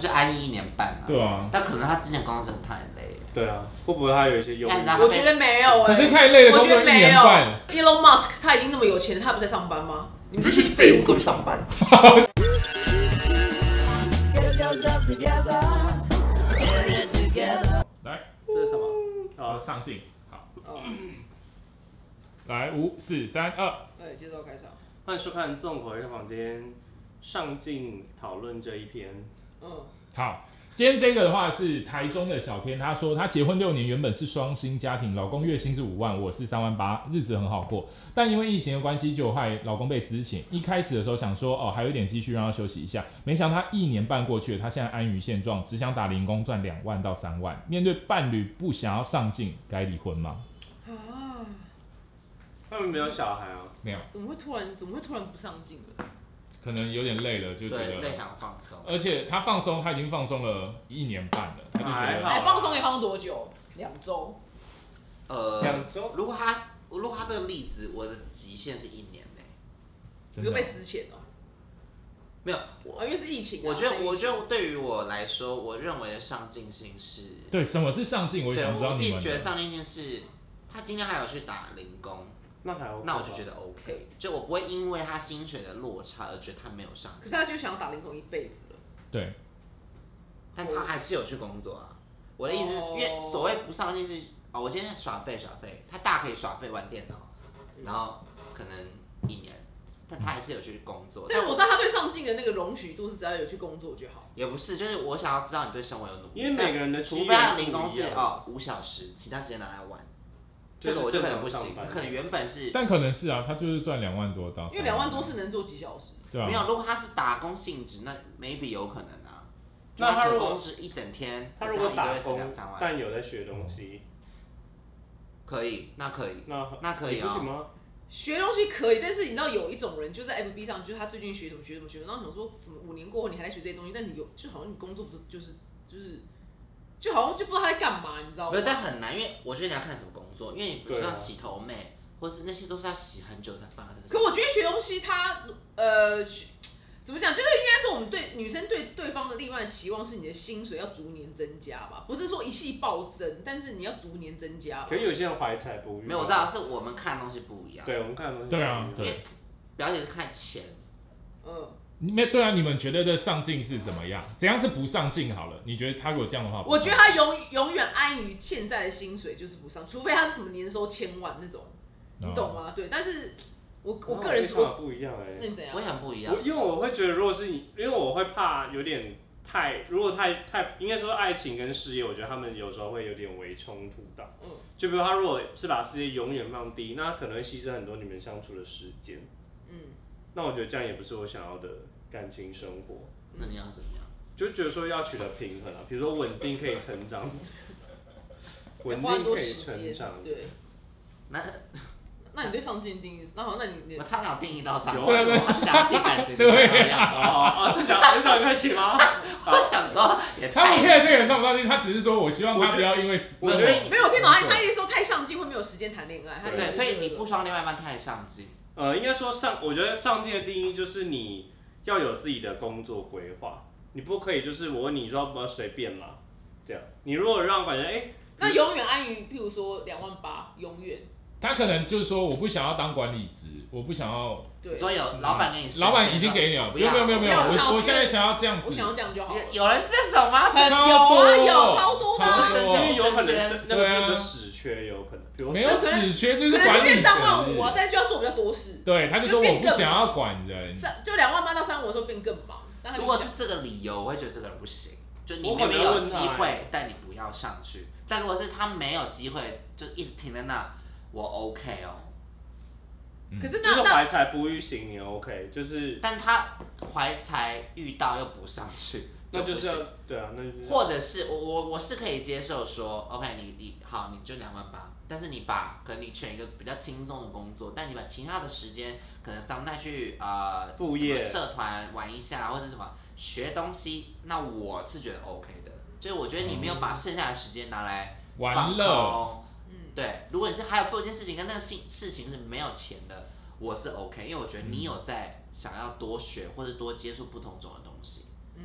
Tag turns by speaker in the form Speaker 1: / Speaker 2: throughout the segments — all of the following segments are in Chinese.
Speaker 1: 就安逸一年半嘛。
Speaker 2: 对啊，
Speaker 1: 但可能他之前工作真的太累了。
Speaker 3: 对啊，会不会他有一些忧
Speaker 1: 但
Speaker 3: 郁
Speaker 1: 是？他
Speaker 4: 我觉得没有哎、
Speaker 2: 可是太累了，
Speaker 4: 我
Speaker 2: 工
Speaker 4: 觉
Speaker 2: 作
Speaker 4: 得
Speaker 2: 一
Speaker 4: 没
Speaker 2: 年
Speaker 4: 有
Speaker 2: 半，。
Speaker 4: Elon Musk 他已经那么有钱了，他不在上班吗？你们这些废物给我去上班！
Speaker 2: 来，
Speaker 3: 这是什么？
Speaker 2: 好，
Speaker 3: 啊，
Speaker 2: 上镜，好，
Speaker 4: 哦，
Speaker 2: 来五四三二，
Speaker 4: 对，介绍开场。
Speaker 3: 欢迎收看《纵火人的房间》，上镜讨论这一篇。
Speaker 4: 嗯，
Speaker 2: 好。今天这个的话是台中的小天，他说他结婚六年，原本是双薪家庭，老公月薪是五万，我是三万八，日子很好过。但因为疫情的关系，就害老公被资遣。一开始的时候想说，哦，还有一点积蓄，让他休息一下。没想到他一年半过去了，他现在安于现状，只想打零工赚两万到三万。面对伴侣不想要上进，该离婚吗？
Speaker 4: 啊，
Speaker 3: 他们没有小孩啊，
Speaker 2: 没有，
Speaker 4: 怎么会突然怎么会突然不上进了？
Speaker 2: 可能有点累了，就觉
Speaker 1: 对，
Speaker 2: 得呃
Speaker 1: 累想放松。
Speaker 2: 而且他放松，他已经放松了一年半了，他就觉
Speaker 3: 还
Speaker 1: 啊
Speaker 2: 得
Speaker 3: 好
Speaker 4: 哎，放松也放多久？两周。
Speaker 1: 呃，
Speaker 3: 两周。
Speaker 1: 如果他如果他这个例子，我的极限是一年内。
Speaker 2: 真
Speaker 4: 你就
Speaker 2: 的啊
Speaker 4: 被之前哦，
Speaker 1: 没有，
Speaker 4: 啊，因为是疫情啊。
Speaker 1: 我觉得我觉
Speaker 4: 得
Speaker 1: 得对于我来说，我认为的上进心是，
Speaker 2: 对什么是上进，我也
Speaker 1: 对
Speaker 2: 想知道
Speaker 1: 我自
Speaker 2: 你
Speaker 1: 己
Speaker 2: 们
Speaker 1: 觉得
Speaker 2: 的。
Speaker 1: 上进心是，他今天还有去打零工，
Speaker 3: 那还 OK
Speaker 1: 那我就觉
Speaker 3: 得，
Speaker 1: 得 OK，就我不会因为他薪水的落差而觉得他没有上
Speaker 4: 可是
Speaker 1: 进，
Speaker 4: 他就想要打零工一辈子了。
Speaker 2: 对，
Speaker 1: 但他还是有去工作啊。我的意思是，因
Speaker 4: 哦
Speaker 1: 为所谓不上进是，哦，我今天耍废耍废，他大可以耍废玩电脑，然后可能一年，但他还是有去工作。
Speaker 4: 但是我知道他对上进的那个容许度是只要有去工作就好。
Speaker 1: 也不是，就是我想要知道你对生活有努力，
Speaker 3: 因为每个人的
Speaker 1: 除
Speaker 3: 机
Speaker 1: 非他的
Speaker 3: 缘
Speaker 1: 零工
Speaker 3: 不一
Speaker 1: 是
Speaker 3: 样，
Speaker 1: 哦五小时，其他时间拿来玩，这
Speaker 3: 就是
Speaker 1: 个我就可能不
Speaker 3: 正
Speaker 1: 行
Speaker 3: 常上。班
Speaker 1: 可能原本是
Speaker 2: 但可能是啊，他就是赚两万多到，
Speaker 4: 因为两万多是能做几小时，
Speaker 2: 对
Speaker 1: 没
Speaker 2: 啊，
Speaker 1: 有，如果他是打工性质，那 maybe 有可能啊。就
Speaker 3: 那他
Speaker 1: 可
Speaker 3: 如果
Speaker 1: 工是一整天，
Speaker 3: 他
Speaker 1: 可
Speaker 3: 如
Speaker 1: 是
Speaker 3: 果
Speaker 1: 一个
Speaker 3: 打
Speaker 1: 月是
Speaker 3: 工
Speaker 1: 两三，万，
Speaker 3: 但有在学东西，
Speaker 1: 可以，那可以，
Speaker 3: 那
Speaker 1: 那可以
Speaker 3: 哦不
Speaker 1: 啊
Speaker 3: 行。吗？
Speaker 4: 学东西可以，但是你知道有一种人就在 FB 上，就是他最近学什么学什么学什么，然后想说怎么五年过后你还在学这些东西，但你有就好像你工作不是就是就是就好像就不知道他在干嘛，你知道
Speaker 1: 没
Speaker 4: 吗
Speaker 1: 有，？但很难，因为我觉得你要看什么工作，因为你比如
Speaker 3: 对
Speaker 1: 说
Speaker 3: 啊
Speaker 1: 要洗头妹，或是那些都是要洗很久才发生的事情。
Speaker 4: 可我觉得学东西它呃学怎么讲，就是应该说我们对女生对对方的另外的期望是你的薪水要逐年增加吧，不是说一系暴增，但是你要逐年增加吧
Speaker 3: 可。是有些人怀才不遇。啊
Speaker 1: 没有，我知道。是我们看的东西不一样。
Speaker 3: 对，我们看的东西
Speaker 2: 对啊
Speaker 3: 不一样
Speaker 2: 对
Speaker 1: 表姐是看钱，
Speaker 4: 嗯，
Speaker 2: 你没对啊，你们觉得的上进是怎么样？怎样是不上进？好了，你觉得他如果这样的话，
Speaker 4: 我觉得他永永远安于现在的薪水就是不上，除非他是什么年收千万那种。你懂啊
Speaker 2: 哦？
Speaker 4: 吗？对，但是我我
Speaker 1: 哦
Speaker 3: 那
Speaker 4: 个人
Speaker 3: 跟想
Speaker 4: 我
Speaker 3: 法不一样哎、
Speaker 4: 那你怎样
Speaker 1: 我？也很不一样
Speaker 3: 我。因为我会觉得，如果是你，因为我会怕有点太，如果太太，应该说爱情跟事业，我觉得他们有时候会有点微冲突到。
Speaker 4: 嗯
Speaker 3: 就比如他如果是把事业永远放低，那他可能会牺牲很多你们相处的时间。
Speaker 4: 嗯，
Speaker 3: 那我觉得这样也不是我想要的感情生活，
Speaker 1: 那你要怎么样？
Speaker 3: 就觉得说要取得平衡啊，比如说稳定可以成 长，稳
Speaker 4: 花
Speaker 3: 定
Speaker 4: 很多
Speaker 3: 可以
Speaker 4: 时
Speaker 3: 成
Speaker 4: 间
Speaker 3: 长。。
Speaker 4: 对，
Speaker 1: 那
Speaker 4: 那你对上进的定义是？那好，那你你
Speaker 1: 我他想定义到上进，
Speaker 3: 有
Speaker 2: 啊对啊对
Speaker 1: 我想起感情是什么样
Speaker 3: 哦哦，是想很想开启吗？
Speaker 1: 我想说也
Speaker 2: 他不
Speaker 1: 太
Speaker 2: care 这个人上不上进，他只是说我希望
Speaker 3: 我
Speaker 2: 他
Speaker 3: 觉
Speaker 2: 不
Speaker 3: 得
Speaker 2: 要因为
Speaker 3: 我觉
Speaker 1: 得
Speaker 4: 没有我听懂啊他他意思说太上进会没有时间谈恋爱，他的意
Speaker 1: 对，
Speaker 4: 思
Speaker 1: 所以
Speaker 4: 是
Speaker 1: 你
Speaker 4: 这个
Speaker 1: 不希望另外一半太上进，
Speaker 3: 呃，应该说上，我觉得上进的定义就是你要有自己的工作规划，你不可以就是我问你说要不要随便嘛，这样。你如果让感觉哎、
Speaker 4: 那永远安于，譬如说两万八，永远
Speaker 2: 他可能就是说我不想要当管理职，我不想要，
Speaker 4: 对，
Speaker 1: 所以有老板给你，
Speaker 2: 嗯老板已经给你了，
Speaker 1: 不
Speaker 2: 没有
Speaker 1: 要
Speaker 2: 没有没有没有，
Speaker 4: 不要
Speaker 2: 我
Speaker 4: 我
Speaker 2: 我现在想要这样
Speaker 4: 我
Speaker 2: 子，
Speaker 4: 想要这样就好了。
Speaker 1: 有人这种吗？
Speaker 4: 很有
Speaker 2: 超多
Speaker 4: 啊，有超多的
Speaker 2: 超
Speaker 4: 啊，
Speaker 2: 多
Speaker 3: 因为有可能是那个
Speaker 2: 对啊
Speaker 3: 是个死缺，有可能，比如
Speaker 2: 没有
Speaker 3: 说
Speaker 2: 死缺，就
Speaker 4: 可
Speaker 2: 是
Speaker 4: 能就
Speaker 2: 管理
Speaker 4: 变
Speaker 2: 者
Speaker 4: 三万五啊，但就要做比较多事，
Speaker 2: 对，他就说我不想要管人，
Speaker 4: 三就两万八到三五的时候变更忙。那他就
Speaker 1: 如果
Speaker 4: 啊想
Speaker 1: 是这个理由，我会觉得这个人不行。就你
Speaker 3: 我可
Speaker 1: 明
Speaker 3: 能
Speaker 1: 明
Speaker 3: 会
Speaker 1: 有
Speaker 3: 问
Speaker 1: 机
Speaker 3: 他
Speaker 1: 会
Speaker 3: 欸，
Speaker 1: 但你不要上去。但如果是他没有机会，就一直停在那，我 OK 哦。
Speaker 4: 可
Speaker 1: 嗯
Speaker 4: 是
Speaker 3: 就
Speaker 4: 那
Speaker 3: 是
Speaker 4: 那
Speaker 3: 怀才不遇型也 OK，就是
Speaker 1: 但他怀才遇到又不上去，
Speaker 3: 那就
Speaker 1: 不
Speaker 3: 是
Speaker 1: 行
Speaker 3: 要对啊，那就是
Speaker 1: 或者是我我我是可以接受说，OK，你你好，你就两万八，但是你把可能你选一个比较轻松的工作，但你把其他的时间可能桑带去呃
Speaker 3: 副业
Speaker 1: 什么社团玩一下啊或者什么学东西，那我是觉得 OK 的，就是我觉得你没有把剩下的时间拿来
Speaker 2: 玩乐，
Speaker 1: 乐，
Speaker 4: 嗯，
Speaker 1: 对，如果你是还有做一件事情，跟那个事事情是没有钱的，我是 OK，因为我觉得你有在想要多学或者多接触不同种的东西。
Speaker 4: 嗯，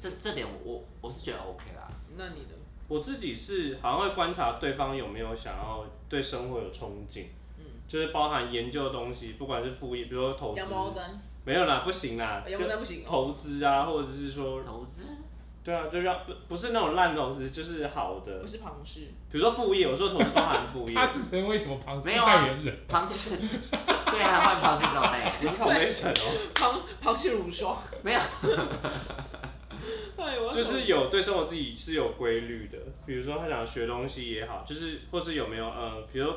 Speaker 1: 这这点我我我是觉得 OK 啦。
Speaker 4: 那你呢？
Speaker 3: 我自己是好像会观察对方有没有想要对生活有憧憬，
Speaker 4: 嗯
Speaker 3: 就是包含研究的东西，不管是副业，比如说投资
Speaker 4: 羊，毛毡，
Speaker 3: 没有啦，不行啦，
Speaker 4: 羊毛毡不行哦
Speaker 3: 就，投资啊，或者是说，
Speaker 1: 投资
Speaker 3: 对啊，就让不不是那种烂投资，就是好的
Speaker 4: 不，是庞氏，
Speaker 3: 比如说副业，我说投资包含 副业，
Speaker 2: 他是成为什么庞氏
Speaker 1: 没有啊
Speaker 2: 代言人？
Speaker 1: 庞氏，对啊，换庞氏这种类，
Speaker 3: 你好没神哦。
Speaker 4: 庞庞氏乳霜。
Speaker 1: 没有
Speaker 4: 哎，我要
Speaker 3: 就是有对生活自己是有规律的，比如说他想学东西也好，就是或是有没有呃，比如说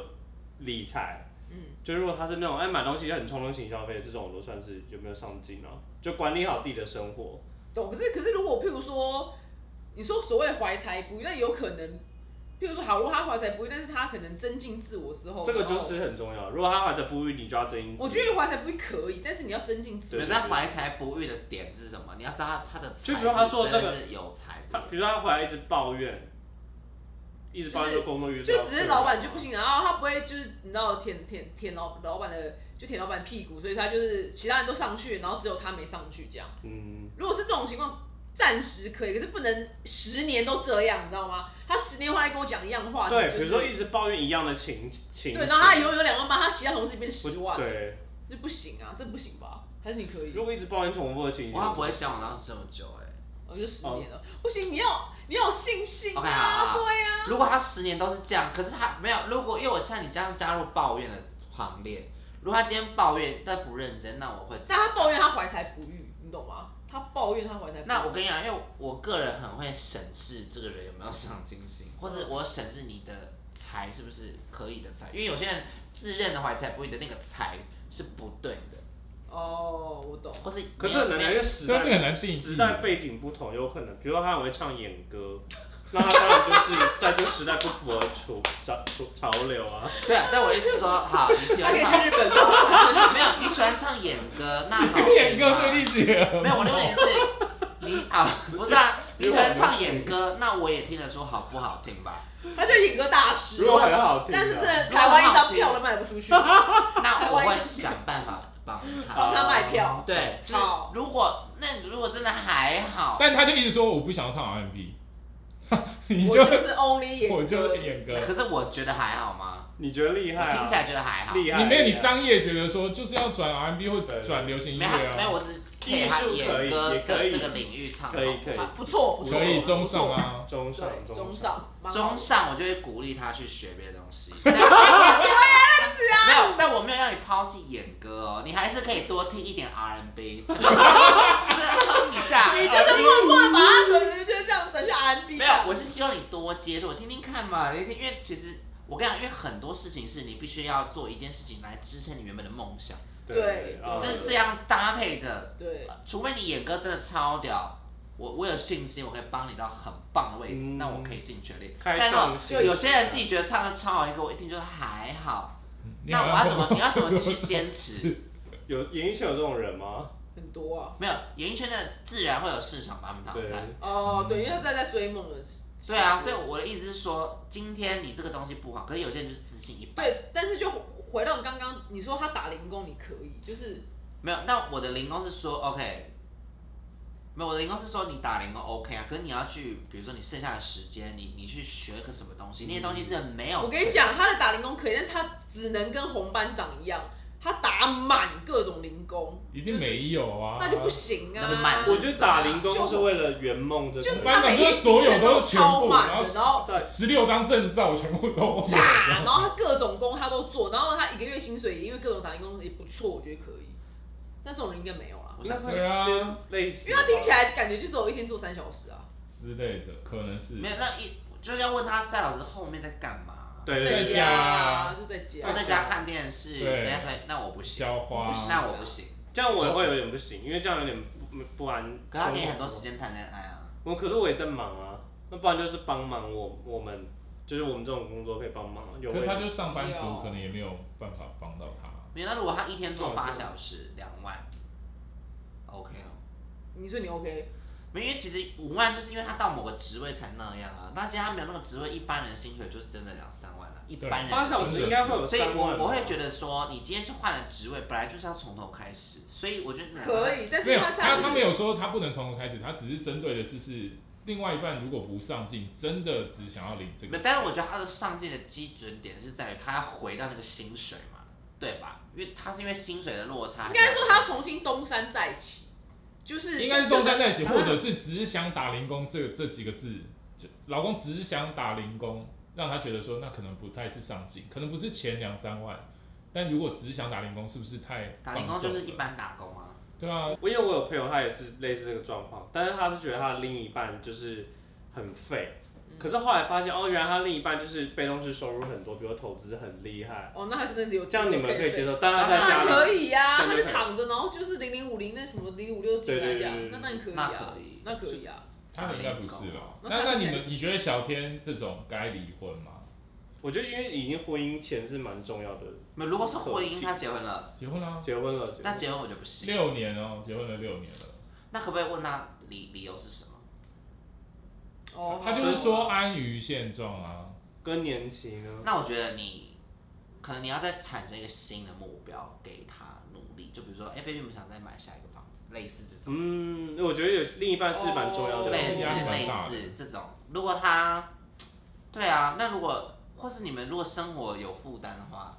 Speaker 3: 理财，
Speaker 4: 嗯，
Speaker 3: 就如果他是那种哎买东西就很冲动型消费，这种我都算是有没有上进啊，就管理好自己的生活。
Speaker 4: 懂。可是可是，如果譬如说，你说所谓的怀才不遇，那有可能，譬如说，好，如果他怀才不遇，但是他可能增进自我之后，
Speaker 3: 这个就
Speaker 4: 然后
Speaker 3: 是很重要。如果他怀着不育，你就要睁一只眼。
Speaker 4: 我觉得怀才不遇可以，但是你要增进自
Speaker 1: 你
Speaker 4: 我
Speaker 1: 们。在怀才不遇的点是什么？你要知道他他的才
Speaker 3: 就比如他做
Speaker 1: 是
Speaker 3: 这个
Speaker 1: 真的是有才
Speaker 3: 他
Speaker 1: 的，
Speaker 3: 比如说他回来一直抱怨，一直抱怨说工作遇到
Speaker 4: 就只是老板就不
Speaker 3: 困
Speaker 4: 行，然后他不会就是你知道舔舔舔老老板的，就舔老板屁股，所以他就是其他人都上去，然后只有他没上去这样。
Speaker 3: 扰，嗯，
Speaker 4: 如果是这种情况，暂时可以，可是不能十年都这样，你知道吗？他十年后还跟我讲一样的话，
Speaker 3: 对，
Speaker 4: 就
Speaker 3: 比如
Speaker 4: 是
Speaker 3: 说一直抱怨一样的情情，
Speaker 4: 对，然后他以后有两万八，他其他同事变十万，
Speaker 3: 对，
Speaker 4: 这不行啊，这不行吧？还是你可以？
Speaker 3: 如果一直抱怨重复的情绪，
Speaker 1: 我好像不会交往到这么久哎、
Speaker 4: 我哦就十年了，不行，你要你要有信心
Speaker 1: OK，好
Speaker 4: 啊，
Speaker 1: 好
Speaker 4: 对呀、
Speaker 1: 如果他十年都是这样，可是他没有，如果因为我像你这样加入抱怨的行列，如果他今天抱怨但不认真，那我会。
Speaker 4: 但他抱怨他怀才不遇，你懂吗？他抱怨他怀才不遇，
Speaker 1: 那我跟你讲，因为我个人很会审视这个人有没有上进心，或
Speaker 3: 嗯
Speaker 1: 者我审视你的才是不是可以的才，因为有些人自认的怀才不遇的那个才是不对的，
Speaker 4: 哦，我 懂。
Speaker 1: 或是
Speaker 3: 可
Speaker 1: 没
Speaker 3: 是
Speaker 1: 有
Speaker 3: 很难，因
Speaker 1: 没有
Speaker 3: 为时
Speaker 2: 对这个很
Speaker 3: 代
Speaker 2: 难定义
Speaker 3: 时代背景不同，有可能，比如说他很会唱演歌，那他当然就是 在这个时代不符合潮潮潮流啊。
Speaker 1: 对啊，但我的意思是说，好，你喜
Speaker 4: 他
Speaker 1: 欢
Speaker 4: 可以
Speaker 1: 唱
Speaker 4: 去日本吗？
Speaker 1: 没有？你喜欢唱演歌，那好，
Speaker 2: 演歌这个例子也很
Speaker 1: 没有，我的问题是，你啊，不是啊，你喜欢唱演
Speaker 3: 因为
Speaker 1: 歌，那我也听得出好不好听吧？
Speaker 4: 他就演歌大师哦
Speaker 3: 如，果很好听、啊，
Speaker 4: 但是是台湾一张票都卖不出去，
Speaker 1: 那我会想办法帮
Speaker 4: 帮
Speaker 1: 他。
Speaker 4: 他 卖票。
Speaker 1: 对，就是
Speaker 4: 哦好
Speaker 1: 如果那如果真的还好，
Speaker 2: 但他就一直说我不想要唱 R&B，你
Speaker 4: 我
Speaker 2: 就
Speaker 4: 就是 only 演歌，
Speaker 2: 我就是演歌。
Speaker 1: 可是我觉得还好吗？
Speaker 3: 你觉得厉害、
Speaker 1: 我
Speaker 3: 啊？
Speaker 1: 听起来觉得还好。
Speaker 3: 厉害、
Speaker 2: 你没有你
Speaker 3: 厉害
Speaker 2: 商业觉得说就是要转 R&B 或
Speaker 3: 对
Speaker 2: 转流行音
Speaker 1: 没
Speaker 2: 乐
Speaker 1: 有
Speaker 2: 啊
Speaker 1: 没有，，我只是配他演歌的这个领域唱好
Speaker 3: 可以可以
Speaker 1: 不好。
Speaker 4: 啊不错不错，
Speaker 2: 可以中上
Speaker 4: 不错，
Speaker 2: 啊。
Speaker 3: 中上
Speaker 4: 对，
Speaker 3: 中
Speaker 4: 中
Speaker 3: 上，
Speaker 4: 上，蛮好
Speaker 1: 中
Speaker 4: 的
Speaker 1: 上我就会鼓励他去学别的东 西。对啊，是啊。没有，但我没有让你抛弃演歌哦，你还是可以多听一点 R&B，这哼一下。
Speaker 4: 你就是默默地把它转，就是这样转去
Speaker 1: 啊
Speaker 4: R&B。啊
Speaker 1: 没有，我是希望你多接触，我听听看嘛。你听，因为其实我跟你讲，因为很多事情是你必须要做一件事情来支撑你原本的梦想，
Speaker 4: 对
Speaker 3: 啊
Speaker 1: 这是这样搭配的。
Speaker 4: 对，
Speaker 1: 除非你演歌真的超屌，我我有信心，我可以帮你到很棒的位置，
Speaker 3: 嗯
Speaker 1: 那我可以尽全力。
Speaker 3: 开
Speaker 1: 但
Speaker 3: 创
Speaker 1: 是哦
Speaker 3: 性
Speaker 1: 有些人自己觉得唱的超好听，可我一听就还好，嗯
Speaker 2: 你
Speaker 1: 那
Speaker 2: 好
Speaker 1: 我
Speaker 2: 像
Speaker 1: 要怎 么？你要怎么继续坚持？
Speaker 3: 有演艺圈有这种人吗？
Speaker 4: 很多啊。
Speaker 1: 没有，演艺圈的自然会有市场把他们淘
Speaker 3: 对，啊
Speaker 1: 汰。
Speaker 4: 哦，对，因为他在在追梦的时。
Speaker 1: 对啊，所以我的意思是说，今天你这个东西不好，可是有些人就是自信一百。
Speaker 4: 对，但是就回到你刚刚你说他打零工，你可以，就是
Speaker 1: 没有，那我的零工是说 OK，没有，我的零工是说你打零工 OK 啊，可是你要去，比如说你剩下的时间，你你去学个什么东西，那些东西是没有。
Speaker 4: 我跟你，讲，他的打零工可以，但是他只能跟红班长一样，他打满各种零工，
Speaker 2: 一定没有啊，
Speaker 4: 那就不行啊。
Speaker 1: 那么满
Speaker 3: 我觉得打零工是为了圆梦，这
Speaker 4: 就是
Speaker 3: 种
Speaker 4: 他每天行程都超满的，然后
Speaker 3: 对
Speaker 2: 十六张证照全部 都有。
Speaker 4: 啪，然后他各种工他都做，然后他一个月薪水也因为各种打零工也不错，我觉得可以。那这种人应该没有啦，
Speaker 1: 我
Speaker 3: 那
Speaker 1: 想
Speaker 3: 会
Speaker 2: 对啊
Speaker 3: 先累死吧，
Speaker 4: 因为他听起来感觉就是我一天做三小时啊，
Speaker 2: 之类的，可能是
Speaker 1: 没有，那一就是要问他赛老师后面在干嘛。，
Speaker 3: 对
Speaker 2: 在
Speaker 3: 对
Speaker 2: 家
Speaker 4: 家啊就在家
Speaker 1: 我。在家看电视
Speaker 2: 对
Speaker 1: ，Netflix，那我不行，
Speaker 2: 浇花
Speaker 4: 不，行
Speaker 1: 那我不行。
Speaker 3: 这样我也会有点不行，因为这样有点不不安。
Speaker 1: 可他给你很多时。间谈恋爱啊。
Speaker 3: 我可是我也在忙啊，那不然就是帮忙我我们，就是我们这种工作可以帮忙。啊有
Speaker 2: 可是
Speaker 3: 位
Speaker 2: 他就上班族，可能也没有办法帮到他。
Speaker 1: 没有，那如果他一天做
Speaker 3: 那我
Speaker 1: 八
Speaker 3: 就
Speaker 1: 小时，两万，OK 哦。
Speaker 4: 你说你 OK？
Speaker 1: 没，因为其实五万就是因为他到某个职位才那样啊，那既然他没有那个职位，一般人薪水就是真的两三万啊，一般人
Speaker 3: 八
Speaker 1: 的
Speaker 3: 小
Speaker 1: 薪
Speaker 3: 时
Speaker 1: 水。
Speaker 3: 应该会有
Speaker 1: 所以
Speaker 3: 三
Speaker 1: 我
Speaker 3: 万吧啊
Speaker 1: 我会觉得说，你今天去换了职位，本来就是要从头开始，所以我觉
Speaker 3: 嗯
Speaker 1: 得
Speaker 4: 可以，但
Speaker 2: 没
Speaker 4: 是
Speaker 2: 有，
Speaker 4: 他
Speaker 2: 他他没
Speaker 4: 有，
Speaker 2: 有说他不能从头开始，他只是针对的是是另外一半如果不上进，真的只想要领这
Speaker 1: 没
Speaker 2: 个
Speaker 1: 有，。但是我觉得他的上进的基准点是在于他要回到那个薪水嘛，对吧？因为他是因为薪水的落差。
Speaker 4: 应该说他重新东山再起，就是
Speaker 2: 应该是东山
Speaker 4: 就是
Speaker 2: 再起，
Speaker 1: 啊
Speaker 2: 或者是只想打零工这这几个字，就老公只想打零工，让他觉得说那可能不太是上进，可能不是前两三万，但如果只想打零工，是不是太
Speaker 1: 打零工
Speaker 2: 放纵
Speaker 1: 就是一
Speaker 2: 了
Speaker 1: 般打工啊，
Speaker 2: 对啊，
Speaker 3: 我因为我有朋友，他也是类似这个状况，但是他是觉得他的另一半就是很废，
Speaker 2: 嗯
Speaker 3: 可是后来发现哦，原来他另一半就是被动式收入很多，比如投资很厉害，
Speaker 4: 哦，那他真的是有
Speaker 3: 这样你们可以接受，当然
Speaker 1: 在
Speaker 4: 当
Speaker 3: 在
Speaker 4: 然
Speaker 3: 家
Speaker 4: 啊可
Speaker 3: 里，
Speaker 4: 以
Speaker 3: 对
Speaker 4: 呀、他
Speaker 3: 对
Speaker 4: 就
Speaker 3: 对
Speaker 4: 躺着，然后就是零零五零那什么零五六进来
Speaker 3: 对对
Speaker 4: 这
Speaker 3: 对
Speaker 4: 样
Speaker 3: 对对，
Speaker 4: 那那你可以
Speaker 1: 那
Speaker 4: 啊
Speaker 1: 可，以。
Speaker 4: 那可以啊，
Speaker 2: 他们应该不是啦。
Speaker 4: 那
Speaker 2: 那那
Speaker 4: 他就
Speaker 2: 你
Speaker 4: 可以
Speaker 2: 们你觉得小天这种该离婚吗？
Speaker 3: 我觉得因为已经婚姻前是蛮重要的，
Speaker 1: 没有，如果是婚
Speaker 3: 可
Speaker 1: 姻，
Speaker 3: 以
Speaker 1: 他结婚了，
Speaker 2: 结婚啦、
Speaker 3: 结婚了，结
Speaker 1: 那
Speaker 3: 婚
Speaker 1: 结婚我就不行。
Speaker 2: 六年哦、结婚了六年了。
Speaker 1: 那可不可以问他理理由是什么？
Speaker 4: 哦，
Speaker 2: 他就是说安于现状啊。
Speaker 3: 更年期呢，
Speaker 1: 那我觉得你可能你要再产生一个新的目标给他努力，就比如说，哎、b a b y 我们想再买下一个房子，类似这种。
Speaker 3: 嗯，我觉得有另一半是蛮重要
Speaker 4: 哦
Speaker 3: 的，
Speaker 1: 类似
Speaker 2: 压力蛮
Speaker 1: 类
Speaker 2: 大的
Speaker 1: 似这种。如果他，对啊，那如果或是你们如果生活有负担的话，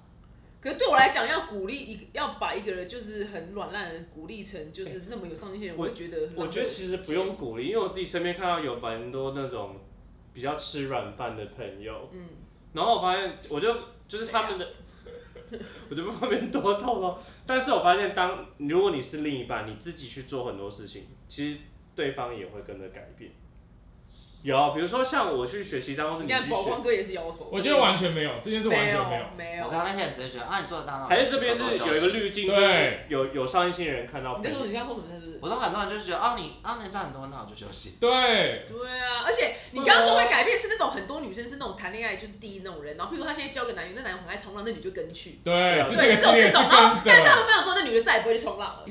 Speaker 4: 可是对我来讲，要鼓励一个，要把一个人就是很软烂的人鼓励成就是那么有上进心的人，
Speaker 3: 我
Speaker 4: 我会觉得很浪费
Speaker 3: 我觉得
Speaker 4: 时
Speaker 3: 其实不用鼓励，因为我自己身边看到有蛮多那种比较吃软饭的朋友，
Speaker 4: 嗯，
Speaker 3: 然后我发现我就就是他们的，我就不方便多透露，但是我发现当如果你是另一半，你自己去做很多事情，其实对方也会跟着改变。有，比如说像我去学习账，或是
Speaker 4: 你
Speaker 3: 你去
Speaker 4: 看宝
Speaker 3: 学
Speaker 4: 光，哥也是摇头，
Speaker 2: 我觉得完全没有这件事，完
Speaker 4: 哦没
Speaker 2: 全
Speaker 4: 有
Speaker 2: 没有。
Speaker 4: 没
Speaker 1: 我
Speaker 4: 有，
Speaker 1: 刚刚那些人只是觉得啊，你做得到那我
Speaker 3: 还是这
Speaker 1: 就
Speaker 3: 边
Speaker 1: 多
Speaker 3: 是
Speaker 1: 做
Speaker 3: 有一个
Speaker 1: 休息
Speaker 3: 滤镜，就
Speaker 2: 对
Speaker 3: 是有有上一些人看到
Speaker 4: 你
Speaker 3: 被
Speaker 4: 那时候你刚说什么真的是？
Speaker 1: 我说很多人就是觉得哦，你啊，你赚很多，那我就休息。
Speaker 2: 对，
Speaker 4: 对啊，而且你刚刚说会改变是那种很多女生是那种谈恋爱就是第一那种人，然后譬如她现在交个男友，那男友很爱冲浪，那女就跟去。
Speaker 2: 对，是这个
Speaker 4: 对，只有
Speaker 2: 系列是
Speaker 4: 这种，然后
Speaker 2: 跟
Speaker 4: 但是他
Speaker 2: 着。
Speaker 4: 们分手之后，那女的再也不会去冲浪了。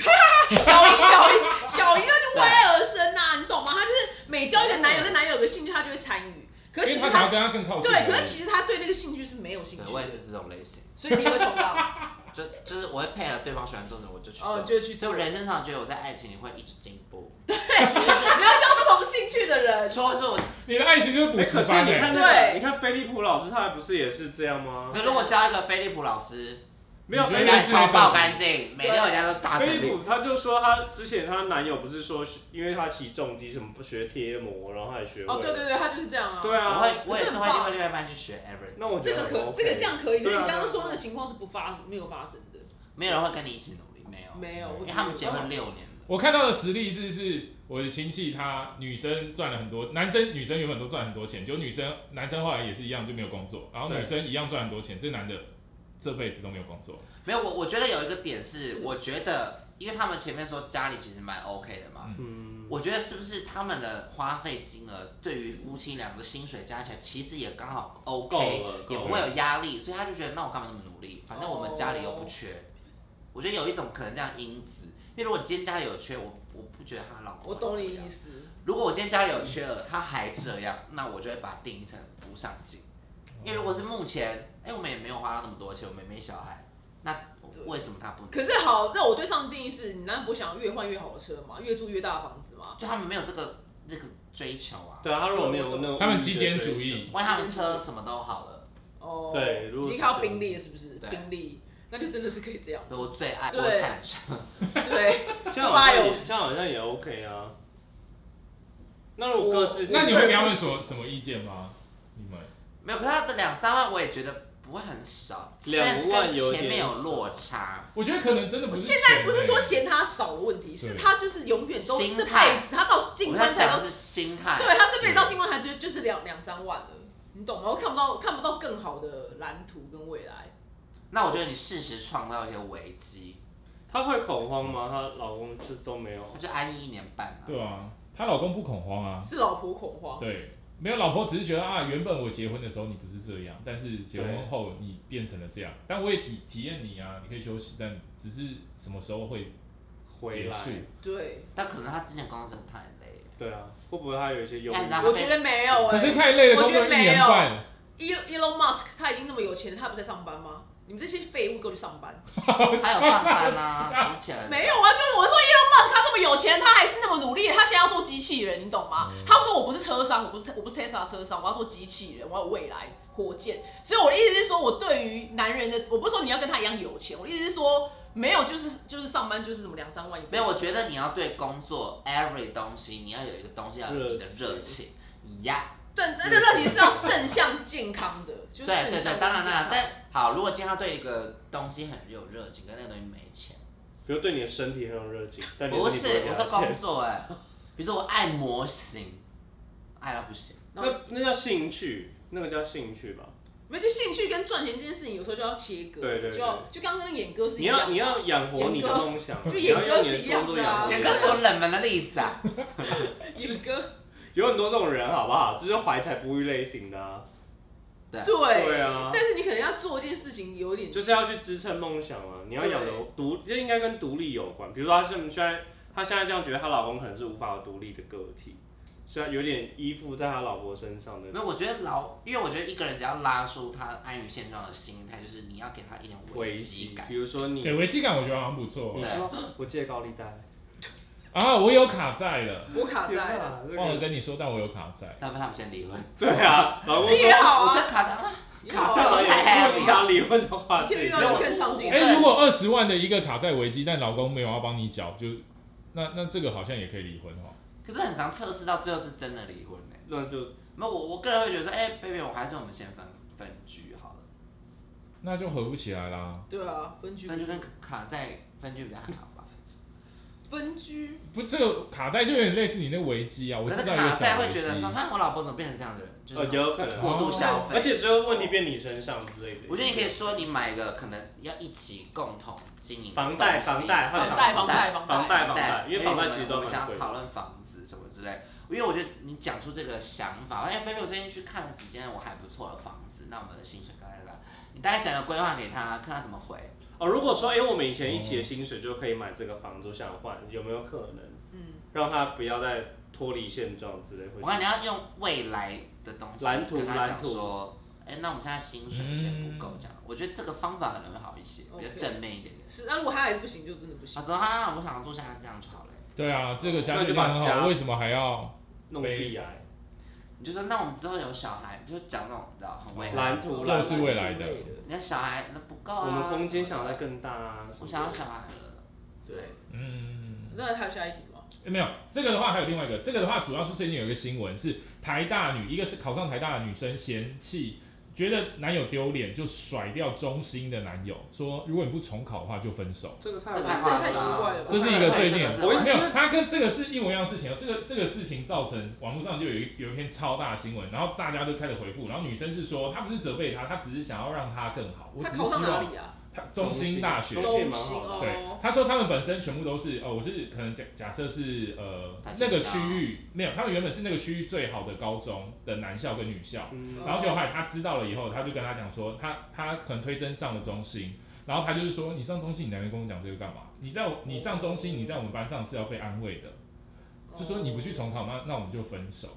Speaker 4: 小莹，小莹，小莹，那就为爱而生呐、你懂吗？她就是每交一个男友，那男友有个兴趣，她就会参与。可
Speaker 2: 因
Speaker 4: 是
Speaker 2: 为
Speaker 4: 其
Speaker 2: 他
Speaker 4: 实
Speaker 2: 想
Speaker 4: 她
Speaker 2: 要跟他更靠近。
Speaker 4: 对，可是其实她对那个兴趣是没有兴
Speaker 1: 对，
Speaker 4: 趣
Speaker 1: 啊我也
Speaker 4: 的，
Speaker 1: 是这种类型，
Speaker 4: 所以你会冲浪，
Speaker 1: 就就是我会配合对方喜欢做什么，我就去做。
Speaker 4: 哦，就去
Speaker 1: 所 以
Speaker 4: 做
Speaker 1: 我
Speaker 4: 人，
Speaker 1: 人生上觉得我在爱情里会一直进步，
Speaker 4: 不要交不同兴趣的人。
Speaker 1: 说是我
Speaker 2: 你的爱情就是补
Speaker 3: 哎可
Speaker 2: 习
Speaker 3: 是
Speaker 2: 班
Speaker 3: 你
Speaker 2: 哎。
Speaker 3: 看那个，
Speaker 4: 对
Speaker 3: 你看菲利普老师，他不是也是这样吗？
Speaker 1: 那如果教一个菲利普老师，
Speaker 3: 没有，
Speaker 2: 你觉得
Speaker 3: 菲利
Speaker 1: 家
Speaker 2: 那
Speaker 1: 里
Speaker 2: 是
Speaker 1: 超爆干净，每天回家都大
Speaker 3: 菲
Speaker 1: 整
Speaker 3: 利
Speaker 1: 理。
Speaker 3: 普他就说他之前她男友不是说是因为他骑重机什么不学贴膜，然后他也学会了。
Speaker 4: 哦，对对对，她就是这样啊。
Speaker 3: 对
Speaker 1: 我
Speaker 3: 啊，
Speaker 1: 会，我也是会另外另外一半去学 every，
Speaker 3: 那我觉
Speaker 4: 这
Speaker 3: 得
Speaker 4: 个可
Speaker 3: OK
Speaker 4: 这个这样可以，但
Speaker 3: 对
Speaker 4: 是
Speaker 3: 啊
Speaker 4: 你刚刚说那个情况是不发没有发生的，
Speaker 1: 没有人会跟你一起努力，没有，
Speaker 4: 没有。我
Speaker 1: 因为
Speaker 4: 觉
Speaker 1: 他
Speaker 4: 得
Speaker 1: 们结婚六年了。
Speaker 2: 我看到的实例是，是我的亲戚，他女生赚了很多，男生女生原本都赚很多钱，就女生男生后来也是一样就没有工作，然后
Speaker 3: 对
Speaker 2: 女生一样赚很多钱，这男的这辈子都没有工作。
Speaker 1: 没有，我我觉得有一个点是
Speaker 4: 是，
Speaker 1: 我觉得，因为他们前面说家里其实蛮 OK 的嘛，
Speaker 3: 嗯，
Speaker 1: 我觉得是不是他们的花费金额对于夫妻两个薪水加起来，其实也刚好
Speaker 3: 够
Speaker 1: OK，
Speaker 3: 了，
Speaker 1: 也
Speaker 3: 够
Speaker 1: 不
Speaker 3: 了。
Speaker 1: 会有压力，所以他就觉得那我干嘛那么努力？反正我们家里又不缺。我觉得有一种可能这样因子，因为如果你今天家里有缺，我我不觉得她老公
Speaker 4: 我
Speaker 1: 会
Speaker 4: 懂
Speaker 1: 怎
Speaker 4: 你
Speaker 1: 哦样
Speaker 4: 意思。
Speaker 1: 如果我今天家里有缺额，他还这样，那我就会把它定义成不上进。因为如果是目前，哎、我们也没有花到那么多钱，我们也没小孩，那
Speaker 4: 对
Speaker 1: 为什么他不能？
Speaker 4: 可是好，那我对上的定义是，你难道不想越换越好的车吗？越住越大的房子吗？
Speaker 1: 就他们没有这个那个追求啊。
Speaker 3: 对啊，他如果没有那种
Speaker 2: 他们
Speaker 3: 物欲
Speaker 2: 极
Speaker 3: 的
Speaker 2: 简
Speaker 3: 追
Speaker 2: 主
Speaker 3: 求
Speaker 2: 义，
Speaker 1: 万一他们车什么都好了，
Speaker 4: 哦，
Speaker 3: 对如果
Speaker 4: 你
Speaker 3: 是
Speaker 4: 看到
Speaker 3: 这样
Speaker 4: 宾利了是不是？
Speaker 1: 对
Speaker 4: 宾利，那就真的是可以 这样。
Speaker 1: 对我最爱
Speaker 4: 对
Speaker 1: 国产车。
Speaker 4: 对，
Speaker 3: 这样好像也
Speaker 4: Files
Speaker 3: 这样好像也 OK 啊。那如果各自，
Speaker 2: 那你会给他们什么什么意见吗？你们？
Speaker 1: 没有，可是他的两三万我也觉得不会很少，虽
Speaker 3: 两
Speaker 1: 然
Speaker 3: 万
Speaker 1: 跟
Speaker 3: 有
Speaker 1: 前面
Speaker 3: 点
Speaker 1: 有落差。
Speaker 2: 我觉得可能真的不是
Speaker 4: 现
Speaker 2: 钱欸。
Speaker 4: 在不是说嫌他少的问题，是
Speaker 2: 对
Speaker 4: 他就是永远都
Speaker 1: 心
Speaker 4: 这
Speaker 1: 态
Speaker 4: 辈子，他到
Speaker 1: 我
Speaker 4: 进
Speaker 1: 们
Speaker 4: 棺
Speaker 1: 在
Speaker 4: 材
Speaker 1: 讲
Speaker 4: 到，
Speaker 1: 的是心态。
Speaker 4: 对他这辈子到进棺材就就是两两三万了，你懂吗？我看不到看不到更好的蓝图跟未来。
Speaker 1: 那我觉得你适时创造一些危机，
Speaker 3: 她会恐慌吗？她老公就都没有
Speaker 1: 他。就安逸一年半啊。
Speaker 2: 对啊，她老公不恐慌啊。
Speaker 4: 是老婆恐慌，
Speaker 2: 对，没有老婆只是觉得啊，原本我结婚的时候你不是这样，但是结婚后你变成了这样。但我也体体验你啊，你可以休息，但只是什么时候会
Speaker 3: 回
Speaker 2: 结
Speaker 3: 来
Speaker 2: 束？
Speaker 4: 对，
Speaker 1: 但可能他之前工作真的太累了。
Speaker 3: 对啊，会不会他有一些忧
Speaker 1: 但是他
Speaker 3: 郁？
Speaker 4: 我觉得没有
Speaker 2: 可
Speaker 4: 哎、
Speaker 2: 是太累了，
Speaker 4: 我
Speaker 2: 工
Speaker 4: 觉
Speaker 2: 作
Speaker 4: 得
Speaker 2: 一
Speaker 4: 没有
Speaker 2: 年半，
Speaker 4: Elon Elon Musk 他已经那么有钱了，他不在上班吗？你们这些废物给我去上班！
Speaker 1: 还有上班 啊，之前
Speaker 4: 没有啊，就是我说 Elon Musk 他这么有钱，他还是那么努力，他现在要做机器人，你懂吗？
Speaker 1: 嗯
Speaker 4: 他说我不是车商，我不是我不是 Tesla 车商，我要做机器人，我要有未来火箭。所以我的意思是说，我对于男人的，我不是说你要跟他一样有钱，我的意思是说没有，就是就是上班就是什么两三万一个月
Speaker 1: 没有，我觉得你要对工作 every 东西，你要有一个东西要有你的热情呀。
Speaker 4: 对，那个热情是要正向健康的，就是
Speaker 1: 对
Speaker 4: 正向
Speaker 1: 嗯 对对，当然
Speaker 4: 健
Speaker 1: 啦
Speaker 4: 康。
Speaker 1: 但好，如果今天他对一个东西很有热情，跟那个东西没 钱，
Speaker 3: 比如对你的身体很有热情，但你
Speaker 1: 不
Speaker 3: 的身
Speaker 1: 是
Speaker 3: 体不会
Speaker 1: 我
Speaker 3: 给
Speaker 1: 说
Speaker 3: 他
Speaker 1: 工
Speaker 3: 钱，
Speaker 1: 作哎，比如说我爱模型，爱到不 行，
Speaker 4: 然后
Speaker 3: 那那叫兴趣，那个叫兴趣吧。
Speaker 4: 没有就兴趣跟赚钱这件事情，有时候就要切割，
Speaker 3: 对对对
Speaker 4: 就要就刚刚跟那演歌是一
Speaker 3: 你
Speaker 4: 样的
Speaker 3: 要你要养活你的梦想，
Speaker 4: 就
Speaker 3: 你
Speaker 4: 演
Speaker 3: 要
Speaker 4: 歌
Speaker 3: 用你
Speaker 4: 是
Speaker 3: 的
Speaker 4: 一
Speaker 3: 工
Speaker 4: 样
Speaker 3: 作
Speaker 4: 的啊
Speaker 3: 养活
Speaker 1: 两
Speaker 3: 你
Speaker 1: 个
Speaker 3: 的
Speaker 1: 是我冷门的例子 啊。
Speaker 4: 演歌，
Speaker 3: 有很多这种人，好不好？就是怀才不遇类型的、啊，
Speaker 1: 对
Speaker 4: 对
Speaker 3: 对啊
Speaker 4: 但是你可能要做一件事情，有点
Speaker 3: 就是要去支撑梦想啊。你要养的
Speaker 4: 对
Speaker 3: 独，这应该跟独立有关。比如说，她现在她现在这样觉得，她老公可能是无法有独立的个体，虽然有点依附在她老婆身上的。
Speaker 1: 没有，我觉得老，因为我觉得一个人只要拉出他安于现状的心态，就是你要给他一点
Speaker 3: 危
Speaker 1: 机
Speaker 3: 机
Speaker 1: 感。
Speaker 3: 比如说你，
Speaker 2: 给危机感，我觉得好像不错
Speaker 3: 你
Speaker 1: 对
Speaker 3: 说我借高利贷，
Speaker 2: 啊。我有卡债了，
Speaker 4: 我卡在
Speaker 3: 天
Speaker 4: 了，
Speaker 3: 哪这个
Speaker 2: 忘了跟你说，但我有卡债。
Speaker 1: 那不他们先离婚？
Speaker 3: 对啊，老公
Speaker 4: 你 也
Speaker 3: 说，哎
Speaker 4: 好
Speaker 1: 我觉
Speaker 4: 啊，
Speaker 1: 得卡在啊，
Speaker 4: 也好
Speaker 1: 卡
Speaker 4: 啊，
Speaker 1: 在
Speaker 3: 老
Speaker 1: 我
Speaker 3: 公
Speaker 1: 太 happy
Speaker 3: 如果你
Speaker 1: 了。
Speaker 3: 想离婚的话，
Speaker 4: 你
Speaker 3: 自
Speaker 4: 可以
Speaker 3: 己
Speaker 4: 用
Speaker 1: 没有
Speaker 4: 更上进
Speaker 1: 我
Speaker 4: 的。
Speaker 2: 哎、
Speaker 1: 对
Speaker 2: 如果二十万的一个卡债危机，但老公没有要帮你缴，就那那这个好像也可以离婚哦。
Speaker 1: 可是很常测试到最后是真的离婚呢、
Speaker 3: 那就
Speaker 1: 那我我个人会觉得说，哎、b a b y 我还是我们先分分居好了，
Speaker 2: 那就合不起来啦。
Speaker 4: 对啊，分居
Speaker 1: 分居跟卡在分居比较还好吧。
Speaker 4: 分居，
Speaker 2: 不，这个卡债就有点类似你那危机啊。我
Speaker 1: 可
Speaker 2: 知
Speaker 1: 是
Speaker 2: 道有
Speaker 1: 卡在
Speaker 2: 小
Speaker 1: 会
Speaker 2: 危
Speaker 1: 觉得
Speaker 2: 机
Speaker 1: 说，。看我老婆怎么变成这样的人，就
Speaker 3: 呃
Speaker 1: 是
Speaker 3: 有可能
Speaker 1: 过度消费。
Speaker 3: 而且最后问题变你身上之类的。
Speaker 1: 我觉得你可以说，你买个可能要一起共同经营的
Speaker 3: 房
Speaker 1: 东
Speaker 3: 贷
Speaker 1: 西
Speaker 3: 房贷
Speaker 4: 房
Speaker 3: 房
Speaker 4: 哦贷，房贷，
Speaker 3: 房
Speaker 4: 贷，
Speaker 3: 贷房贷，因为房贷其实
Speaker 1: 我
Speaker 3: 都
Speaker 1: 们
Speaker 3: 蛮
Speaker 1: 想
Speaker 3: 贵的。
Speaker 1: 讨论房子什么之类，因为我觉得你讲出这个想法，哎，baby，我最近去看了几间我还不错的房子，那我们的薪水该来，你大概讲个规划给他，看他怎么回。
Speaker 3: 哦，如果说，哎、我们以前一起的薪水就可以买这个房子，我想换，有没有可能
Speaker 4: 嗯，
Speaker 3: 让他不要再脱离现状之类？
Speaker 1: 我看
Speaker 3: 会
Speaker 1: 你要用未来的东西
Speaker 3: 蓝图
Speaker 1: 跟他
Speaker 3: 蓝
Speaker 1: 讲
Speaker 3: 图
Speaker 1: 说，哎，那我们现在薪水有点不够，这样，我觉得这个方法可能会好一些，比较
Speaker 4: OK
Speaker 1: 正面一点点。
Speaker 4: 是，那如果他还是不行，就真的
Speaker 1: 他
Speaker 4: 不行。
Speaker 1: 说啊，我想住下来这样就好了。
Speaker 2: 对啊，这个家
Speaker 3: 那
Speaker 2: 就
Speaker 3: 就把
Speaker 2: 很
Speaker 3: 家
Speaker 2: 好，为什么还要？
Speaker 3: 弄啊必癌，
Speaker 1: 你就说，那我们之后有小孩，就讲那种你知道很未来
Speaker 3: 蓝，图
Speaker 2: 那
Speaker 3: 蓝
Speaker 2: 是
Speaker 3: 图，
Speaker 2: 未来的
Speaker 4: 之类
Speaker 1: 你看小孩那不够啊，
Speaker 3: 我们空间
Speaker 1: 什
Speaker 3: 想
Speaker 1: 么
Speaker 3: 要
Speaker 1: 的
Speaker 3: 再更大啊。
Speaker 1: 我想要
Speaker 3: 什么
Speaker 1: 小孩呃了之类的。
Speaker 2: 嗯，
Speaker 4: 那还有下一题吗？
Speaker 2: 欸没有这个的话，还有另外一个，这个的话主要是最近有一个新闻是台大女，一个是考上台大的女生嫌弃，觉得男友丢脸，就甩掉中心的男友，说如果你不重考的话就分手。
Speaker 3: 的这个太
Speaker 1: 这太
Speaker 4: 这
Speaker 1: 夸
Speaker 4: 个
Speaker 1: 张
Speaker 4: 太奇怪了吧
Speaker 2: 这是一个最近
Speaker 1: 这
Speaker 3: 我
Speaker 1: 是
Speaker 3: 觉
Speaker 2: 没
Speaker 3: 得
Speaker 2: 有，他跟这个是一模一样的事情哦。这个这个事情造成网络上就有一有一篇超大新闻，然后大家都开始回复，然后女生是说她不是责备他，她只是想要让他更好。我
Speaker 4: 他
Speaker 2: 只
Speaker 4: 考
Speaker 2: 是
Speaker 4: 上
Speaker 2: 希
Speaker 4: 哪
Speaker 2: 望
Speaker 4: 里啊？
Speaker 2: 他中兴大学
Speaker 3: 中兴蛮好的。
Speaker 2: 对
Speaker 4: 哦，，
Speaker 2: 他说他们本身全部都是，呃，我是可能假假设是呃
Speaker 1: 大
Speaker 2: 那
Speaker 1: 清
Speaker 2: 个
Speaker 1: 交
Speaker 2: 区域没有，他们原本是那个区域最好的高中的男校跟女校，
Speaker 3: 嗯，
Speaker 2: 然后就后来他知道了以后，他就跟他讲说，他他可能推甄上了中心，然后他就是说，你上中心你来跟我讲这个干嘛？你
Speaker 4: 哦
Speaker 2: 在我你上中心你在我们班上是要被安慰的，就说你不去重考，那那我们就分手。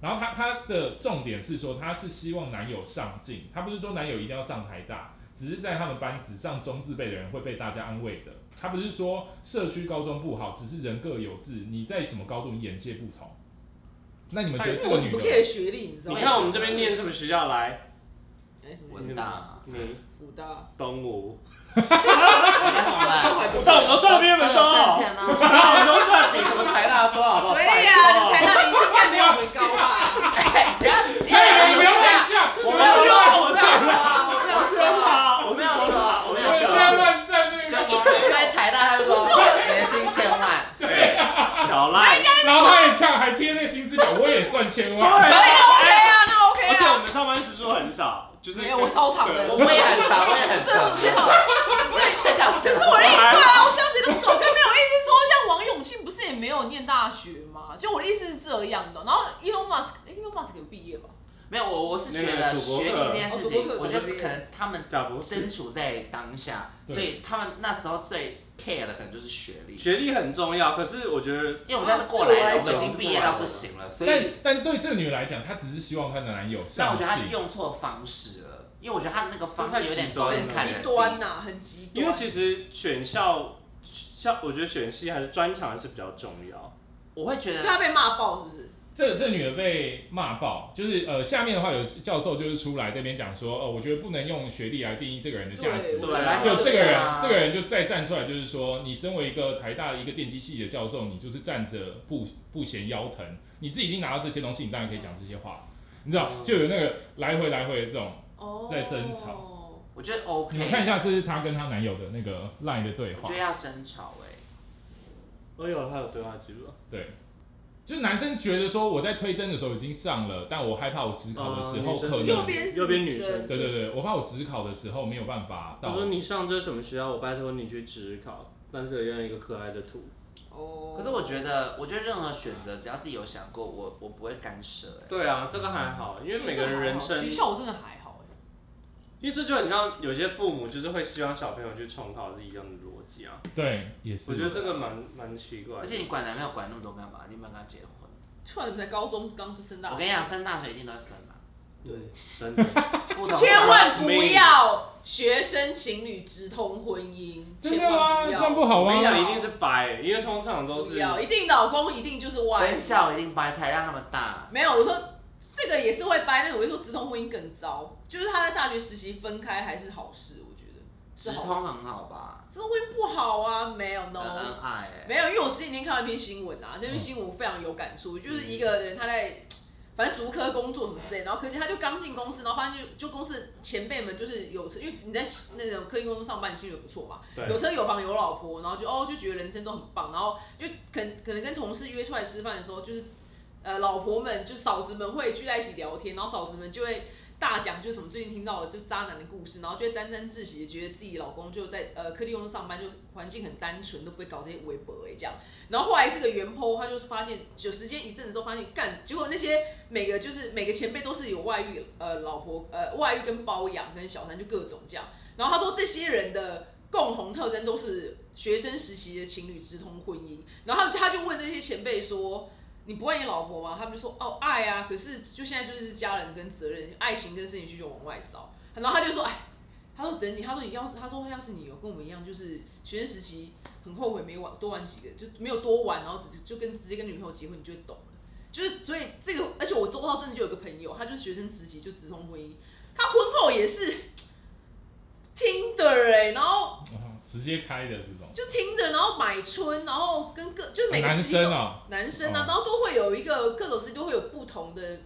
Speaker 2: 然后她她的重点是说，她是希望男友上进，她不是说男友一定要上台大，只是在他们班只上中字辈的人会被大家安慰的。她不是说社区高中不好，只是人各有志，你在什么高度你眼界不同。那你们觉得这
Speaker 4: 因为
Speaker 2: 个
Speaker 4: 我
Speaker 2: 女
Speaker 4: 不
Speaker 2: 的
Speaker 4: care 学历，你知道
Speaker 3: 你
Speaker 4: 吗？
Speaker 3: 看我们这边念什么学校来？
Speaker 4: 哎什么
Speaker 1: 文大，
Speaker 3: 你
Speaker 4: 福大，
Speaker 3: 东吴，
Speaker 1: 你看我们
Speaker 4: 都还不
Speaker 3: 我上我上边
Speaker 1: 都
Speaker 3: 门
Speaker 1: 有
Speaker 3: 都，
Speaker 1: 赚钱哦。
Speaker 3: 我们都快比什么台大多好不好？
Speaker 4: 对呀，你台
Speaker 3: 拜
Speaker 4: 大明星应该没有我们高吧？
Speaker 1: 哎，不要，不
Speaker 2: 哎，你不要
Speaker 1: 乱
Speaker 2: 乱讲，
Speaker 3: 托我
Speaker 1: 我
Speaker 3: 没
Speaker 1: 没有
Speaker 3: 有
Speaker 1: 说，
Speaker 3: 说，
Speaker 1: 我
Speaker 3: 我
Speaker 1: 没
Speaker 3: 没
Speaker 1: 有
Speaker 3: 有
Speaker 1: 说
Speaker 3: 说，
Speaker 1: 啊，我没有
Speaker 3: 是
Speaker 1: 说。
Speaker 3: 他，我
Speaker 1: 没有说我
Speaker 3: 没有说，我
Speaker 1: 没
Speaker 3: 没
Speaker 1: 有说
Speaker 3: 有
Speaker 2: 你
Speaker 3: 说
Speaker 2: 现。在乱站这
Speaker 1: 就
Speaker 2: 个
Speaker 1: 一
Speaker 2: 吗？
Speaker 1: 堆在台大，他就说年薪千万，
Speaker 3: 对，小赖，
Speaker 2: 然后他也唱，还贴那个薪资表，我也赚千万。
Speaker 4: 可以那 OK 啊，那 OK 啊。
Speaker 3: 而且我们上班时数很少，就是
Speaker 4: 没有我超长的
Speaker 3: 对
Speaker 1: 我我也很少，我也很
Speaker 4: 这 是什么谁
Speaker 1: 少，
Speaker 4: 好？
Speaker 1: 我也睡觉睡
Speaker 4: 可是我的意
Speaker 1: 觉。
Speaker 4: 思，对啊，我想谁都不懂，但没有意思说，像王永庆不是也没有念大学吗？就我的意思是这样的。然后 Elon Musk，哎、e l o n Musk 有毕业吧？
Speaker 1: 没有，我我是
Speaker 3: 那
Speaker 1: 觉
Speaker 3: 个
Speaker 1: 得
Speaker 3: 主播
Speaker 1: 学
Speaker 3: 课
Speaker 1: 历这件
Speaker 5: 哦
Speaker 1: 事
Speaker 5: 主
Speaker 1: 情
Speaker 5: 播，课
Speaker 1: 我觉得
Speaker 5: 主播课
Speaker 1: 是可能他们
Speaker 3: 贾博士
Speaker 1: 身处在当下，
Speaker 2: 对
Speaker 1: 所以他们那时候最 care 的可能就是学历。
Speaker 3: 学历很重要，可是我觉得
Speaker 1: 因为我们家是过
Speaker 5: 对我
Speaker 1: 来
Speaker 5: 来
Speaker 1: 人，我们
Speaker 5: 讲
Speaker 1: 已经
Speaker 3: 是
Speaker 1: 毕
Speaker 3: 过
Speaker 1: 业
Speaker 3: 来
Speaker 1: 到不
Speaker 3: 人
Speaker 1: 行了，所
Speaker 2: 但
Speaker 1: 以
Speaker 2: 但对这个女人来讲，她只是希望她的男友
Speaker 1: 但我
Speaker 2: 上
Speaker 1: 觉
Speaker 2: 进
Speaker 1: 得他，用错方式了，因为我觉得他的那个方
Speaker 3: 太
Speaker 1: 哦式有点
Speaker 3: 极
Speaker 1: 高
Speaker 3: 端
Speaker 1: 人
Speaker 3: 了
Speaker 1: 看人
Speaker 4: 极端
Speaker 1: 低
Speaker 4: 呐、很极端。
Speaker 3: 因为其实选校校，我觉得选系还是专长还是比较重要。
Speaker 1: 我会觉
Speaker 4: 所
Speaker 1: 得
Speaker 4: 以他被骂爆是不是？
Speaker 2: 这这女的被骂爆，就是呃，下面的话有教授就是出来这边讲说，呃，我觉得不能用学历来定义这个人的价值
Speaker 4: 对，
Speaker 3: 本来
Speaker 2: 就这
Speaker 1: 是
Speaker 2: 个人
Speaker 1: 啊，
Speaker 2: 这个人就再站出来，就是说，你身为一个台大一个电机系的教授，你就是站着不不嫌腰疼，你自己已经拿到这些东西，你当然可以讲这些话，你知道，
Speaker 3: 嗯
Speaker 2: 就有那个来回来回的这种。
Speaker 4: 哦，
Speaker 2: 在争吵。
Speaker 1: 我觉得
Speaker 2: 你们看一
Speaker 1: OK，
Speaker 2: 下，这是她跟她男友的那个 LINE 的对
Speaker 1: 我
Speaker 2: 话
Speaker 1: 觉得，
Speaker 3: 啊
Speaker 1: 要争吵哎、
Speaker 3: 我有还有对话记录啊，
Speaker 2: 对，就是男生觉得说我在推甄的时候已经上了，但我害怕我只考的时候
Speaker 3: 哦女生
Speaker 2: 可
Speaker 4: 右
Speaker 2: 能，
Speaker 4: 边是
Speaker 3: 右边
Speaker 4: 女
Speaker 3: 女生
Speaker 2: 对对对，我怕我只考的时候没有办法
Speaker 3: 他
Speaker 2: 到
Speaker 3: 说。你上这什么学校，我拜托你去职考，但是有用一个可爱的图。
Speaker 4: 哦，
Speaker 1: 可是我觉得，我觉得任何选择只要自己有想过，我我不会干涉哎、
Speaker 3: 对啊，这个还好，因为啊每个人人生，
Speaker 4: 学校我真的还好哎、
Speaker 3: 因为这就很像有些父母就是会希望小朋友去重考是一样的逻辑啊。
Speaker 2: 对，也是。
Speaker 3: 我觉得这个蛮蛮奇怪的。
Speaker 1: 而且你管男朋友管那么多干嘛？你有没有跟他结婚？
Speaker 4: 突然你们在高中刚升大
Speaker 1: 我
Speaker 4: 学，
Speaker 1: 跟你讲，升大学一定都会分嘛，
Speaker 3: 对，真的。
Speaker 1: 不同
Speaker 4: 千万不
Speaker 3: 没有
Speaker 4: 要学生情侣直通婚姻，
Speaker 2: 真的
Speaker 4: 千
Speaker 2: 吗
Speaker 4: 万不要
Speaker 2: 这样不好
Speaker 3: 我
Speaker 2: 吗
Speaker 3: 跟
Speaker 4: 不
Speaker 3: 你
Speaker 4: 要
Speaker 3: 讲，一定是白，因为通常都
Speaker 4: 不
Speaker 3: 是
Speaker 4: 要，一定老公一定就是外遇
Speaker 1: 分校一定掰开，让他们大。
Speaker 4: 没有，我说这个也是会掰，但是我就说直通婚姻更糟，就是他在大学实习分开还是好事，我觉得
Speaker 1: 直
Speaker 4: 是好
Speaker 1: 通
Speaker 4: 事。
Speaker 1: 很好吧？
Speaker 4: 直通婚姻不好啊，没有
Speaker 1: 很
Speaker 4: no，、
Speaker 3: 嗯
Speaker 1: 恩爱哎、
Speaker 4: 没有，因为我之前天看到一篇新闻啊，那篇新闻我非常有感触，就是
Speaker 3: 嗯
Speaker 4: 一个人他在。反正足科工作什么之类的，然后可是他就刚进公司，然后发现就就公司前辈们就是有车，因为你在那种科技公司上班，你薪水不错嘛，
Speaker 2: 对
Speaker 4: 有车有房有老婆，然后就哦就觉得人生都很棒，然后就可能可能跟同事约出来吃饭的时候，就是呃老婆们就嫂子们会聚在一起聊天，然后嫂子们就会大讲就是什么最近听到的就渣男的故事，然后就会沾沾自喜，也觉得自己老公就在呃科技公司上班，就环境很单纯，都不会搞这些微博哎这样。然后后来这个原 po 他就是发现有时间一阵子之后发现干，结果那些每个就是每个前辈都是有外遇，呃老婆呃外遇跟包养跟小三就各种这样。然后他说这些人的共同特征都是学生时期的情侣直通婚姻，然后他就他就问那些前辈说。你不爱你老婆吗？他们就说哦爱啊，可是就现在就是家人跟责任，爱情跟生理需求往外找。然后他就说哎，他说等你，他说你要是他说要是你有跟我们一样，就是学生时期很后悔没玩多玩几个，就没有多玩，然后只是就跟直接跟女朋友结婚，你就会懂了。就是所以这个，而且我周遭真的就有个朋友，他就是学生时期就直通婚姻，他婚后也是听的哎，然后
Speaker 2: 哦直接开的这种，
Speaker 4: 就听的，然后买春，然后跟各就是每个
Speaker 2: 男
Speaker 4: 时期都
Speaker 2: 生啊，
Speaker 4: 男生啊
Speaker 2: 哦，
Speaker 4: 然后都会有一个各种时期都会有不同的，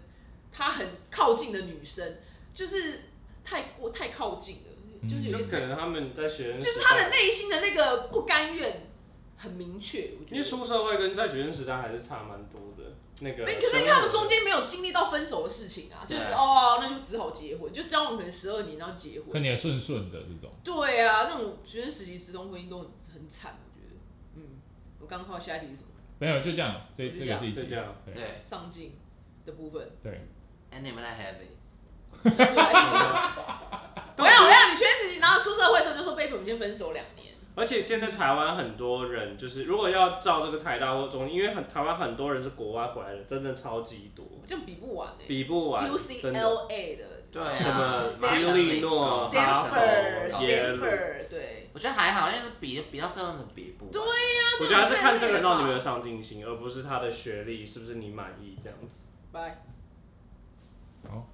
Speaker 4: 他很靠近的女生，就是太过太靠近了，就是有
Speaker 3: 就
Speaker 2: 嗯
Speaker 4: 点
Speaker 3: 可能他们在学生时代，
Speaker 4: 就是他的内心的那个不甘愿很明确，我
Speaker 3: 因
Speaker 4: 觉
Speaker 3: 为
Speaker 4: 得。
Speaker 3: 出社会跟在学生时代还是差蛮多的。那个
Speaker 4: 没，可是因为他们中间没有经历到分手的事情啊，就是
Speaker 1: 对
Speaker 4: 哦，那就只好结婚，就交往可能十二年，然后结
Speaker 2: 跟
Speaker 4: 婚。
Speaker 2: 你也顺顺的这种。
Speaker 4: 对啊，那种学生时期之中婚姻都很很惨，我觉得。嗯，我刚刚看到下一题是什么？
Speaker 2: 没有，就这样，这
Speaker 4: 就
Speaker 2: 这
Speaker 4: 这
Speaker 2: 个
Speaker 4: 样
Speaker 2: 是一起
Speaker 3: 就这样
Speaker 2: 对
Speaker 1: 对，
Speaker 4: 上进的部分。
Speaker 2: 对，
Speaker 1: 哎、你们来 heavy。
Speaker 4: 对， 我要我要你学生时期，然后出社会的时候就说 baby，我们先分手两年。
Speaker 3: 而且现在台湾很多人就是，如果要照这个台大或中，因为很台湾很多人是国外回来的，真的超级多，
Speaker 4: 我这样比不完哎、
Speaker 3: 比不完，真的。
Speaker 4: UCLA 的
Speaker 1: 对
Speaker 3: 什
Speaker 1: 啊，
Speaker 3: 么
Speaker 1: 麻省理工
Speaker 3: 哦
Speaker 4: Stanford
Speaker 3: 哈佛耶鲁
Speaker 4: Stanford 对。
Speaker 1: 我觉得还好，因为比比较真的比不完。
Speaker 4: 对呀、
Speaker 3: 我觉得还是看这个人到底有没有上进心，而不是他的学历是不是你满意这样子。
Speaker 4: 拜。
Speaker 2: 好，